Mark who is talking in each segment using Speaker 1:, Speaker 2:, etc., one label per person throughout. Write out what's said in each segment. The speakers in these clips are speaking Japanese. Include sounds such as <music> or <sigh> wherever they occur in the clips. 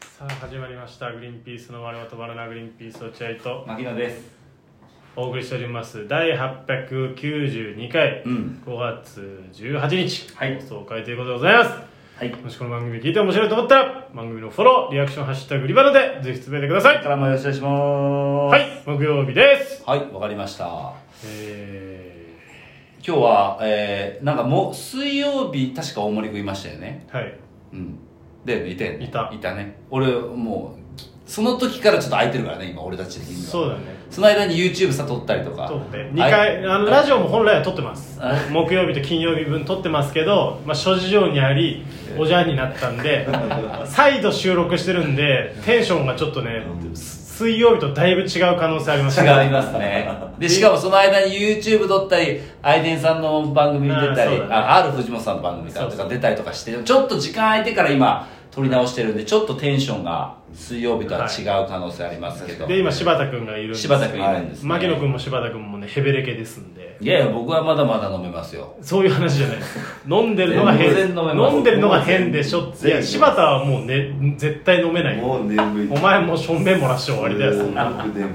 Speaker 1: さあ始まりました「グリーンピースの我は止まらなグリーンピース落合」と
Speaker 2: 牧野です
Speaker 1: お送りしております第892回、
Speaker 2: うん
Speaker 1: 5月18日、
Speaker 2: はい
Speaker 1: 放送回ということでございます
Speaker 2: はい
Speaker 1: もしこの番組聞いて面白いと思ったら番組のフォローリアクション「ハッシュタグリバナ」でぜひつぶやいてください
Speaker 2: からもよろしくお願いしま
Speaker 1: はい木曜日です
Speaker 2: すはいわかりました
Speaker 1: え
Speaker 2: 今日はえー、なんかもう水曜日確か大盛り食いましたよね
Speaker 1: ー、はい
Speaker 2: うんだよねいたよね
Speaker 1: いた
Speaker 2: いたね俺もうその時からちょっと空いてるからね今俺たち的には
Speaker 1: そううだね
Speaker 2: その間に YouTube さ撮ったりとか
Speaker 1: 撮って2回あのラジオも本来は撮ってます
Speaker 2: あ
Speaker 1: 木曜日と金曜日分撮ってますけど、まあ、諸事情にありおじゃんになったん
Speaker 2: <laughs>
Speaker 1: で再度収録してるんでテンションがちょっとねす水曜日とだいぶ違う可能性あります
Speaker 2: 違いますねでしかもその間に YouTube 撮ったりアイデンさんの番組に出
Speaker 1: あ
Speaker 2: た
Speaker 1: ー
Speaker 2: り
Speaker 1: そうだね
Speaker 2: あ R 藤本さんの番組からと
Speaker 1: そうそ
Speaker 2: か出たりとかしてちょっと時間空いてから今撮り直してるんでちょっとテンションが水曜日とは違う可能性ありますけど、
Speaker 1: で今柴田君がいるんです
Speaker 2: 柴田君いるんです、ね
Speaker 1: 牧野君も柴田君もねヘベレケですんで
Speaker 2: いやいや僕はまだまだ飲めますよ
Speaker 1: そういう話じゃない
Speaker 2: <laughs>
Speaker 1: 飲んでるのが変
Speaker 2: 全然飲めます
Speaker 1: 飲んでるのが変でしょい
Speaker 3: 全然
Speaker 1: や柴田はもうね絶対飲めない
Speaker 3: もう眠い
Speaker 1: お前もうしょんべん漏らして終わりだよそんな
Speaker 3: すごく眠い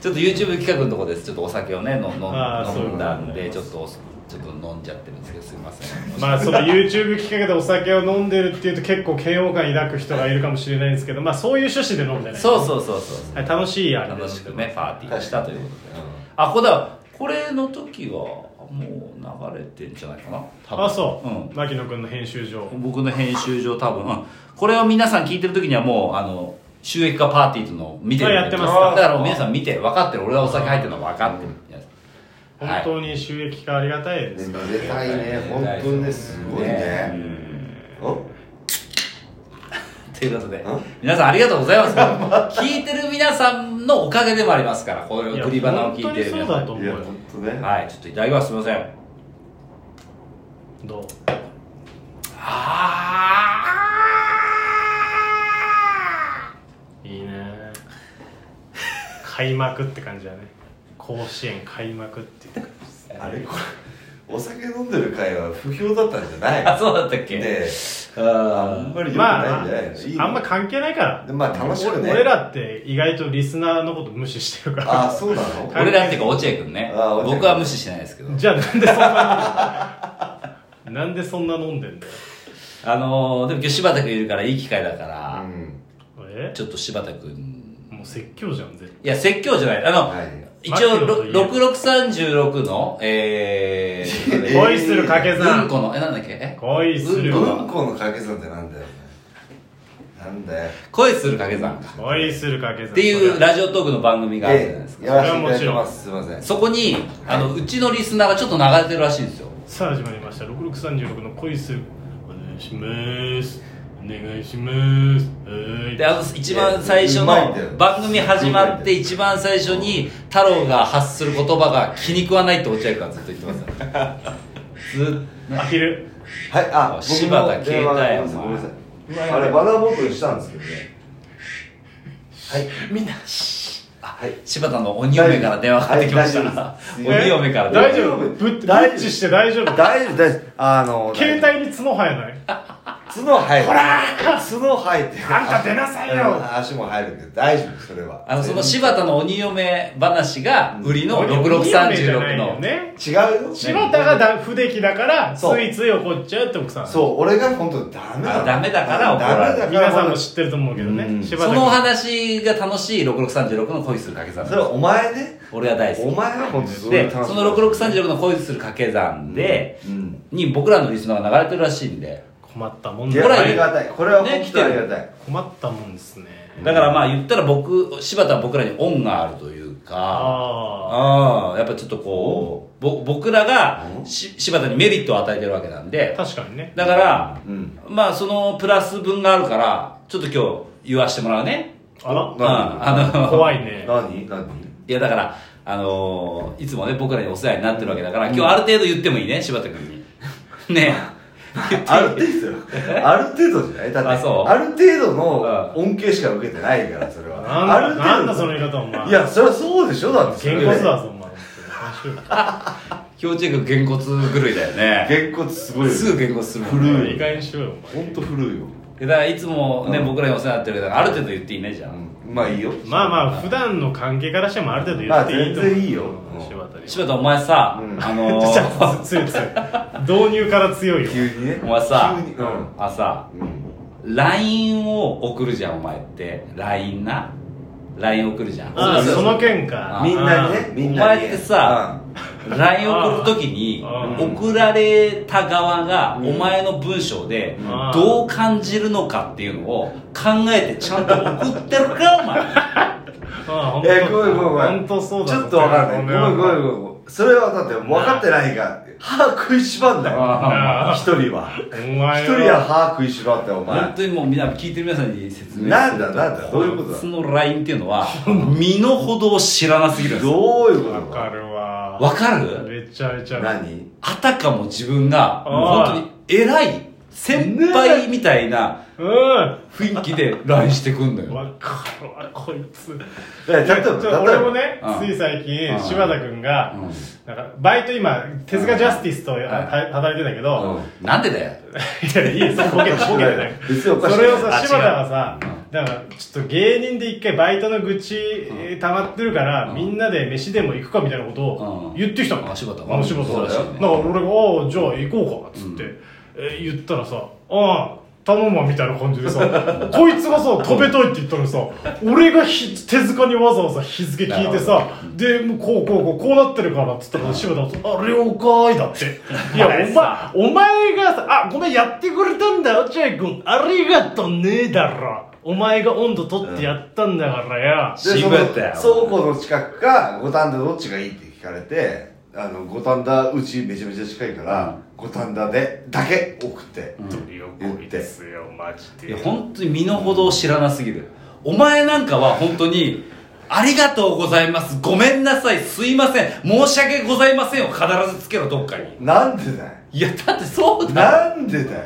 Speaker 2: ちょっと YouTube 企画のとこですちょっとお酒をねのの
Speaker 1: あー
Speaker 2: 飲んだん
Speaker 3: そう
Speaker 2: で
Speaker 3: いう
Speaker 2: ちょっとおちょっと飲んじゃってるんですけどすいません
Speaker 1: まあその YouTube きっかけでお酒を飲んでるっていうと結構嫌悪感抱く人がいるかもしれないんですけどまあそういう趣旨で飲んでない
Speaker 2: そうそうそうそう
Speaker 1: はい、楽しいあれで
Speaker 2: 楽
Speaker 1: 飲ん
Speaker 2: し
Speaker 1: で
Speaker 2: く
Speaker 1: ま
Speaker 2: ね
Speaker 1: す
Speaker 2: パーティーをしたということであここだこれの時はもう流れてんじゃないかな多分
Speaker 1: あそう、
Speaker 2: ん、
Speaker 1: 牧野君の編集上
Speaker 2: 僕の編集上多分、うんこれを皆さん聞いてる時にはもうあの収益化パーティーというのを見てる
Speaker 1: あやってます
Speaker 2: だからもう皆さん見て分かってる俺がお酒入ってるの分かってる皆さん
Speaker 1: 本当に収益化ありがたいで
Speaker 3: ね
Speaker 1: す、
Speaker 3: めでたいね本当ねすごいねお
Speaker 2: ということで
Speaker 3: ん
Speaker 2: 皆さんありがとうございます聞いてる皆さんのおかげでもありますからこれをグリバナを聞いて
Speaker 1: 本当にそ
Speaker 2: る皆
Speaker 1: う
Speaker 2: さ
Speaker 1: だと思
Speaker 3: いうや
Speaker 1: よ
Speaker 3: 本当ね
Speaker 2: んはいちょっといただきますすいません
Speaker 1: どう
Speaker 2: あ
Speaker 1: いいね開幕って感じだね甲子園開幕っていう
Speaker 3: あれこれお酒飲んでる会は不評だったんじゃない
Speaker 2: ーあそうだったっけ、
Speaker 3: ねあ
Speaker 2: あ
Speaker 3: んまり良くない
Speaker 1: ま
Speaker 3: ん
Speaker 1: あ
Speaker 3: じゃないのいい
Speaker 1: あんま関係ないから
Speaker 3: でまあ楽しくね
Speaker 1: 俺らって意外とリスナーのこと無視してるから
Speaker 3: あそうなの
Speaker 2: 俺らっていうか落合君ね
Speaker 3: あ落合君
Speaker 2: 僕は無視しないですけど
Speaker 1: じゃあなんでそんな飲んでんのなんでそんな飲んでんだよ
Speaker 2: あのー、でも今日柴田君いるからいい機会だから、
Speaker 3: うん
Speaker 1: え
Speaker 2: ちょっと柴田君
Speaker 1: もう説教じゃん絶
Speaker 2: いや説教じゃないあの、
Speaker 3: はい
Speaker 2: 一
Speaker 1: マキ
Speaker 2: 応
Speaker 1: ロと
Speaker 2: ろ
Speaker 1: いえば
Speaker 2: 6636のえー
Speaker 1: 対恋する掛け
Speaker 2: うん
Speaker 1: 算
Speaker 2: このえなんだっけえ
Speaker 1: 恋する
Speaker 3: う
Speaker 1: わ
Speaker 3: んこの掛け算ってなんだよなんだよ
Speaker 2: 恋する掛け算か
Speaker 1: 恋する掛け算
Speaker 2: っていうラジオトークの番組があるじゃないですか、
Speaker 3: やらせていただきますすいません
Speaker 2: そこにあのうちのリスナーがちょっと流れてるらしいんですよ
Speaker 1: さあ始まりました6636の恋するお願いしますお願いしますはーい
Speaker 2: であの一番最初の
Speaker 3: うまいんだよ
Speaker 2: 番組始まって一番最初に太郎が発する言葉が気に食わないって落合君はずっと言ってますよずっ
Speaker 1: アヒル
Speaker 3: はい、あ、
Speaker 2: 柴田
Speaker 3: 僕の電話があります
Speaker 2: 携帯
Speaker 3: ごめんなさい。あれ、バナーボートにしたんですけどね。はい、
Speaker 2: みんな
Speaker 3: はい。
Speaker 2: 柴田の鬼嫁から電話かかってきました
Speaker 3: はい大丈夫
Speaker 2: な
Speaker 3: で
Speaker 2: 鬼嫁
Speaker 3: す
Speaker 2: から電話
Speaker 1: 大丈夫ぶぶっちして大丈夫
Speaker 3: 大丈夫です。あの、
Speaker 1: 携帯に角生えない
Speaker 3: 帯。角生えてほら角生えて
Speaker 1: あんた出なさいよ
Speaker 3: うん足も入るんで、大丈夫、それは。
Speaker 2: あのその柴田の鬼嫁話が売りの6636の
Speaker 1: ね
Speaker 3: 違うよ。
Speaker 1: 柴田がだ不出来だからつ
Speaker 3: そう
Speaker 1: いつい怒っちゃうって奥さん
Speaker 3: そう、俺が本当ダメだ
Speaker 2: あダメだから怒られる
Speaker 3: ダメだから
Speaker 1: 皆さんも知ってると思うけどね、
Speaker 3: うん
Speaker 1: 柴田
Speaker 2: そ
Speaker 1: 君
Speaker 2: のお話が楽しい6636の恋する掛け算
Speaker 3: それはお前ね。
Speaker 2: 俺は大好
Speaker 3: お前は本当
Speaker 2: き
Speaker 3: そ
Speaker 2: でその6636の恋する掛け算で、
Speaker 3: うん。
Speaker 2: に僕らのリスナーが流れてるらしいんで
Speaker 1: 困ったもん
Speaker 3: い
Speaker 1: だ
Speaker 3: や、
Speaker 2: ほら
Speaker 3: ありがたい。これは本
Speaker 2: ね来て
Speaker 3: 当
Speaker 2: る
Speaker 3: ありがたい。
Speaker 1: 困ったもんですね
Speaker 2: だからまあ言ったら僕柴田は僕らに恩があるというか
Speaker 1: ああ
Speaker 2: ああやっぱちょっとこうぼ僕らが
Speaker 3: うん
Speaker 2: し柴田にメリットを与えてるわけなんで
Speaker 1: 確かにね
Speaker 2: だから、
Speaker 3: うん。
Speaker 2: まあそのプラス分があるから、ちょっと今日言わしてもらうね。
Speaker 1: あら
Speaker 2: うん、あの、
Speaker 1: 怖いね
Speaker 3: 何何
Speaker 2: いやだから、あのーいつもね、僕らにお世話になってるわけだから、今日ある程度言ってもいいね、柴田君
Speaker 3: <laughs>
Speaker 2: に。ね
Speaker 3: ある程
Speaker 1: <laughs>
Speaker 3: 度よある程度じゃないだって
Speaker 2: あそう
Speaker 3: ある程度の恩恵しか受けてないからそれは
Speaker 1: なんだ
Speaker 3: ある程度
Speaker 1: なんだその言い方お前
Speaker 3: いやそれはそうでしょだってそ
Speaker 1: げ
Speaker 3: れ
Speaker 1: んこつだぞお前
Speaker 2: 表チェックげんこつ狂いだよね。
Speaker 3: げんこつすごいよ
Speaker 2: すぐげんこつするもんね
Speaker 3: 古
Speaker 1: 意外にしろよお前
Speaker 3: 本当古いよ
Speaker 2: えだからいつもね、
Speaker 3: うん
Speaker 2: 僕らにお世話になってるけどある程度言っていいねじゃあ、
Speaker 3: うんまあいいよ
Speaker 1: まあまあ普段の関係からしてもある程度言っていいと思
Speaker 3: まあ
Speaker 1: う
Speaker 3: 全然いいようん
Speaker 1: 柴田に
Speaker 2: 柴田お前さ、
Speaker 3: うん
Speaker 2: あ
Speaker 3: <laughs>
Speaker 2: の
Speaker 1: じゃ
Speaker 2: ー、
Speaker 1: あ強い強い導入から強いよ
Speaker 3: 急にね
Speaker 2: お前さ
Speaker 3: 急にうん
Speaker 2: あさ
Speaker 3: うん
Speaker 2: LINE を送るじゃんお前って LINE な LINE 送るじゃん
Speaker 1: ああ
Speaker 3: そうそう
Speaker 1: そ
Speaker 3: そう
Speaker 1: の件か
Speaker 2: あ
Speaker 3: みんなにねみんなに
Speaker 2: お前ってさ LINE 送るときに
Speaker 1: あ
Speaker 3: あ
Speaker 2: 送られた側が
Speaker 3: う
Speaker 2: お
Speaker 3: ん
Speaker 2: 前の文章で
Speaker 1: うん
Speaker 2: どう感じるのかっていうのを考えてちゃんと送ってるか
Speaker 1: ああ
Speaker 3: えごめんごめんごめん
Speaker 1: 本当そうだ
Speaker 3: ちょっとわかんない
Speaker 1: ご
Speaker 3: ご
Speaker 1: め
Speaker 3: め
Speaker 1: ん
Speaker 3: んごめんごめんそれはだって分かってないが歯食いしばんだよ
Speaker 2: お前
Speaker 1: ああ
Speaker 3: 一人は
Speaker 1: お前
Speaker 3: 一人は歯食いしばって <laughs> お前
Speaker 2: 本当にもうみんな聞いてる皆さんに説明すると
Speaker 3: なんだなんだどういうことだ
Speaker 2: その LINE っていう
Speaker 3: <laughs>
Speaker 2: のは身の程を知らなすぎるんですよ
Speaker 3: どういうこと
Speaker 1: わか
Speaker 3: だ
Speaker 1: るわ
Speaker 2: わかる
Speaker 1: めちゃめちゃ
Speaker 3: 何
Speaker 2: あたかも自分がもう本当に偉い先輩みたいな
Speaker 1: う
Speaker 2: 雰囲気で LINE してくんの
Speaker 1: ん
Speaker 2: よ
Speaker 1: わかるわこいつ
Speaker 3: え例えば
Speaker 1: ちょっ
Speaker 3: 例
Speaker 1: と
Speaker 3: えば
Speaker 1: 俺もね
Speaker 2: うん
Speaker 1: つい最近
Speaker 2: うん
Speaker 1: 柴田君が
Speaker 2: うん
Speaker 1: なんかバイト今手塚ジャスティスとあは働いてんだけど
Speaker 2: なんでだよ
Speaker 1: いやいいですボケてボケてない
Speaker 3: 別におかし
Speaker 1: そ
Speaker 3: くない
Speaker 1: れをさ
Speaker 2: あ
Speaker 1: 柴田がさ
Speaker 2: 違う
Speaker 1: だからちょっと芸人で一回バイトの愚痴えー溜まってるから
Speaker 2: うん
Speaker 1: みんなで飯でも行くかみたいなこと
Speaker 2: う
Speaker 1: を
Speaker 2: ん
Speaker 1: 言ってきたの
Speaker 2: あ柴田
Speaker 1: あの柴田
Speaker 2: そう
Speaker 1: だ
Speaker 2: らしいね
Speaker 1: から俺が「ああじゃあ行こうか」っつって
Speaker 2: う
Speaker 1: えー言ったらさ「ああ頼むわ」みたいな感じでさこいつがさ食べたいって言ったのにさ俺がひ手塚にわざわざ日付聞いてさ <laughs> でもうこうこうこうこうなってるからっつったら柴田がさ「あ了解」だっていや <laughs> お前お前がさ、あ、ごめん、やってくれたんだよ、落合君。ありがとねえだろ。お前が温度取ってやったんだからよ。
Speaker 3: で
Speaker 2: 渋谷だよ
Speaker 3: その倉庫の近くか五反田どっちがいいって聞かれてあの五反田うちめちゃめちゃ近いから五反田でだけ送って、
Speaker 1: よこいですよ、マジ
Speaker 2: い
Speaker 1: で
Speaker 2: や。本当に身の程を知らなすぎるお前なんかは本当に「ありがとうございますごめんなさいすいません申し訳ございません」を必ずつけろどっかに
Speaker 3: なんでだよ
Speaker 2: いやだってそうだ
Speaker 3: なんでだよ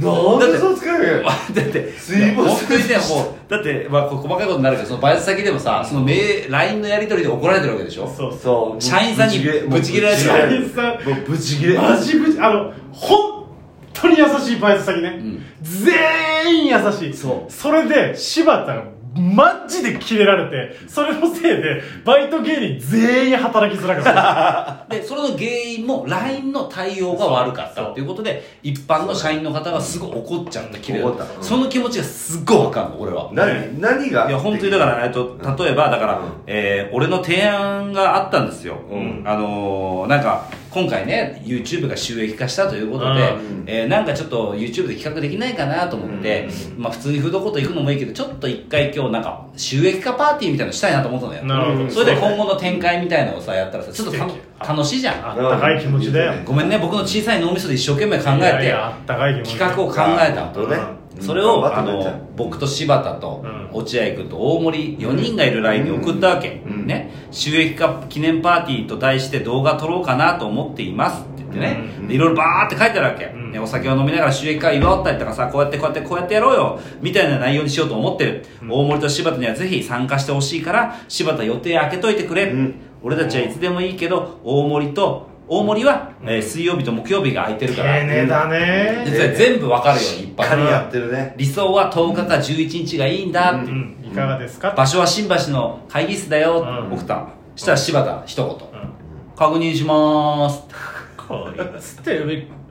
Speaker 3: なんでそう使うよ
Speaker 2: だって
Speaker 3: すいません
Speaker 2: 本当にねもうだって、まあ、こう細かいことになるけどそのバイト先でもさそのメー LINE のやり取りで怒られてるわけでしょ
Speaker 1: そうそう。
Speaker 3: そう
Speaker 2: 社員さんにブチギレられてる
Speaker 3: 社員
Speaker 1: 社員さん
Speaker 3: もうブチギレ
Speaker 1: マジぶち、あの、本当に優しいバイト先ね。
Speaker 2: ん
Speaker 1: 全員優しい。
Speaker 2: そう
Speaker 1: それで、柴田がマジでキレられて、それのせいで、バイト芸人全員働きづらかった。
Speaker 2: でそれの原因も LINE の対応が悪かったっていうことで一般の社員の方がすごい怒っちゃった綺麗だ
Speaker 3: 怒ったうん
Speaker 2: その気持ちがすっごいわかんの俺は
Speaker 3: 何何が
Speaker 2: いや本当にだから、えっと、例えばだから、
Speaker 3: うん
Speaker 2: えー俺の提案があったんですよ、
Speaker 3: うん
Speaker 2: あのーなんか今回ね YouTube が収益化したということで、
Speaker 3: うん
Speaker 2: えーなんかちょっと YouTube で企画できないかなと思って、まあ、普通にフードコート行くのもいいけどちょっと一回今日なんか収益化パーティーみたいなのしたいなと思ったのよ
Speaker 1: なるほど
Speaker 2: それで今後の展開みたいなのをさやったらさちょっとた
Speaker 1: 素敵
Speaker 2: 楽しいじゃん
Speaker 1: あったかい気持ちだよ。
Speaker 2: ごめんね僕の小さい脳みそで一生懸命考えて
Speaker 1: いやいやあったかい気持ち
Speaker 2: 企画を考えたの
Speaker 3: そうね
Speaker 2: それを、
Speaker 3: うん
Speaker 2: あの僕と柴田と
Speaker 1: うん
Speaker 2: 落合君と大森4人がいる LINE に送ったわけ、
Speaker 3: うん
Speaker 2: ね、収益化記念パーティーと題して動画撮ろうかなと思っていますって言ってね、
Speaker 3: うん
Speaker 2: でいろいろバーって書いてあるわけ、
Speaker 1: ん
Speaker 2: ねお酒を飲みながら収益化祝ったりとかさこうやってこうやってこうやってやろうよみたいな内容にしようと思ってる、大森と柴田にはぜひ参加してほしいから柴田予定開けといてくれ、
Speaker 3: うん
Speaker 2: 俺たちはいつでもいいけど大森と大森は、えー水曜日と木曜日が空いてる
Speaker 1: 丁
Speaker 2: から、
Speaker 1: 寧だね。
Speaker 2: 実は全部わかるよ一
Speaker 3: カ
Speaker 2: 般
Speaker 3: ニ
Speaker 2: に
Speaker 3: やってるね
Speaker 2: 理想は10日か11日がいいんだって、
Speaker 1: うん、いかがですか、
Speaker 2: 場所は新橋の会議室だよ
Speaker 1: う
Speaker 2: っ
Speaker 1: ん
Speaker 2: て送ったのしたら柴田一言、
Speaker 1: うん
Speaker 2: 確認しまーすって
Speaker 1: こいつって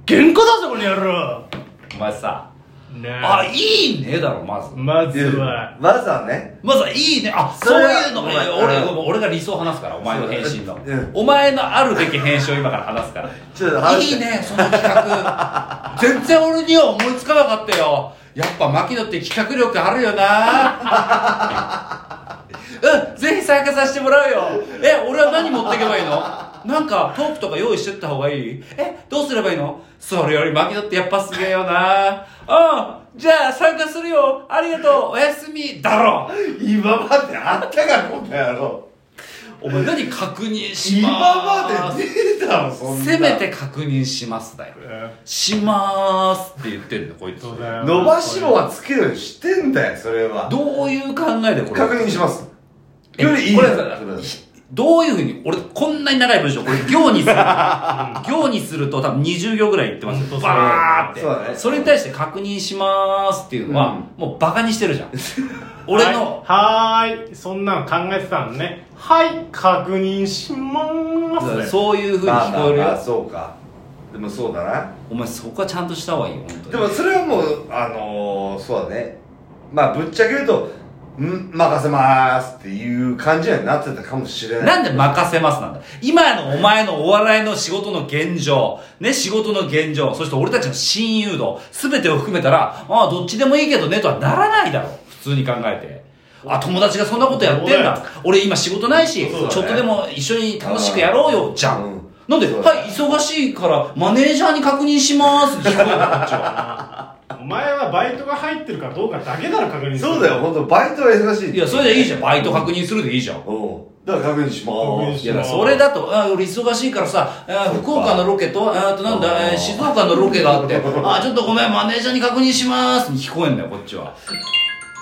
Speaker 1: 喧嘩だぞこの野郎
Speaker 2: お前さ
Speaker 1: ね
Speaker 2: 「
Speaker 1: え
Speaker 2: あいいね」だろまず
Speaker 1: まず
Speaker 3: で
Speaker 1: は
Speaker 3: まずはね
Speaker 2: まずは「いいね」あ
Speaker 3: そ
Speaker 2: そう
Speaker 3: れは
Speaker 2: いうの
Speaker 3: うん
Speaker 2: 俺俺
Speaker 3: うん
Speaker 2: 俺が理想を話すからお前の返信の、
Speaker 3: うん
Speaker 2: お前のあるべき返信を今から話すから
Speaker 3: ちょっと話して
Speaker 2: いいねその企
Speaker 3: <laughs>
Speaker 2: 画全然俺には思いつかなかったよやっぱ牧野って企画力あるよなうんぜひ参加させてもらうよえ俺は何持ってけばいいのなんかトークとか用意してった方がいいえどうすればいいのそれより牧野ってやっぱすげえよなうんじゃあ参加するよありがとうおやすみだろ
Speaker 3: 今まであったかこんな野郎
Speaker 2: お前何確認し
Speaker 3: 今
Speaker 2: ま
Speaker 3: ますで出たのそんな
Speaker 2: せめて確認しますだよ
Speaker 1: うん
Speaker 2: しまーすって言ってんのこいつ
Speaker 1: そうだよ
Speaker 3: 伸ばしろはつけるよしてんだよそれは
Speaker 2: どういう考えでこれ
Speaker 3: 確認しますよりいい
Speaker 2: これ
Speaker 3: やつだ
Speaker 2: さ
Speaker 3: それ
Speaker 2: どういうふうに、俺、こんなに長い文章、これ行にする。行にすると多分20行ぐらい言ってます
Speaker 1: ほんと
Speaker 2: よ。
Speaker 1: そう
Speaker 2: バーって。
Speaker 3: そうだね
Speaker 2: れに対して確認しますっていうのは、もうバカにしてるじゃん。俺の、
Speaker 1: はーいはーいそんなの考えてたのねはい確認しまーすね
Speaker 2: そういうふうに
Speaker 3: まあ
Speaker 2: 聞
Speaker 3: ま
Speaker 2: こ
Speaker 3: あ
Speaker 2: える
Speaker 3: まあ
Speaker 2: よ。
Speaker 3: そうかでもそうだな
Speaker 2: お前そこはちゃんとした方がいいよ、本当
Speaker 3: で
Speaker 2: に。
Speaker 3: もそれはもうあのー、そうだねまあぶっちゃけ言うと「ん任せまーす」っていう感じにはなってたかもしれない
Speaker 2: なんで任せますなんだ今のお前のお笑いの仕事の現状、ね、仕事の現状、そして俺たちの親友度、すべてを含めたら、ああ、どっちでもいいけどねとはならないだろう。普通に考えて。あ、友達がそんなことやってん
Speaker 1: そうだ
Speaker 2: だ
Speaker 1: よ。
Speaker 2: 俺今仕事ないし、
Speaker 3: そうだね
Speaker 2: ちょっとでも一緒に楽しくやろうよ、じゃん。
Speaker 3: うん
Speaker 2: なんで、
Speaker 3: そうだ
Speaker 2: は
Speaker 3: ね
Speaker 2: い、忙しいから、マネージャーに確認します。聞こえたこっちは。
Speaker 1: お前はバイトが入ってるかどうかだけなら確認する
Speaker 3: そうだよ本当バイトは忙しい
Speaker 2: いや、それでいいじゃん。バイト確認するでいいじゃん。
Speaker 3: うんだから確認しま
Speaker 1: 確認
Speaker 3: ー
Speaker 1: し
Speaker 3: す
Speaker 2: いやだからそれだと、あ俺忙しいからさ、あ
Speaker 3: そうか
Speaker 2: 福岡のロケと、ああとなん
Speaker 3: あ
Speaker 2: だ、
Speaker 3: ー
Speaker 2: えー静岡のロケがあ <laughs> って、あちょっとごめん、マネージャーに確認しますに聞こえんだよ、こっちは。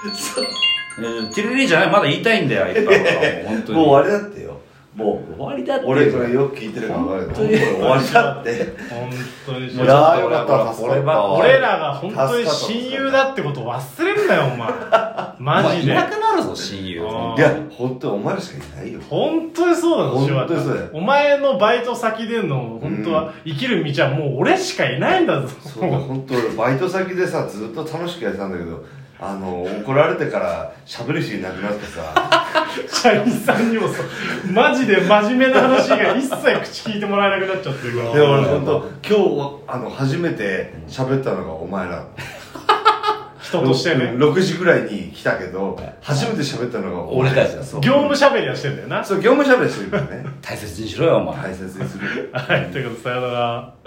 Speaker 2: えーテレレじゃない、まだ言いたいんだよ、いっぱい。 <laughs> 本当に。
Speaker 3: もうあれだってよもう
Speaker 2: 終わりだって。
Speaker 3: 俺これよく聞いてるから分かるけどもう終わりだって
Speaker 1: 本当に
Speaker 3: いやーよかった
Speaker 2: こ
Speaker 3: 助
Speaker 2: れ
Speaker 3: かっ
Speaker 2: は
Speaker 3: たわ
Speaker 1: 俺らが本当に
Speaker 3: 助かった
Speaker 1: 親友だってこと忘れるなよ
Speaker 3: <laughs>
Speaker 1: お前マジ
Speaker 2: お前い
Speaker 1: で
Speaker 2: なくなるぞ、親友。
Speaker 1: あ
Speaker 3: いや本当お前らしかいないよ
Speaker 1: 本当にそうだぞ
Speaker 3: 本当にそうだよ
Speaker 1: 柴田お前のバイト先での本当は生きる道はもう俺しかいないんだぞ
Speaker 3: そうだ本当俺バイト先でさずっと楽しくやってたんだけどあの怒られてから喋る人いなくなってさ
Speaker 1: 社員さんにもさマジで真面目な話が一切口聞いてもらえなくなっちゃってるから
Speaker 3: で俺本当今日あの初めて喋ったのがお前ら
Speaker 1: 人としてね
Speaker 3: 6時ぐらいに来たけど初めて喋ったのが
Speaker 2: 俺たちだ、
Speaker 3: そ
Speaker 2: そう。
Speaker 1: 業務しゃべりはしてんだよな
Speaker 3: う業務喋りしてるからね
Speaker 2: 大切にしろよ、お前。
Speaker 3: 大切にする
Speaker 1: はいということでさよなら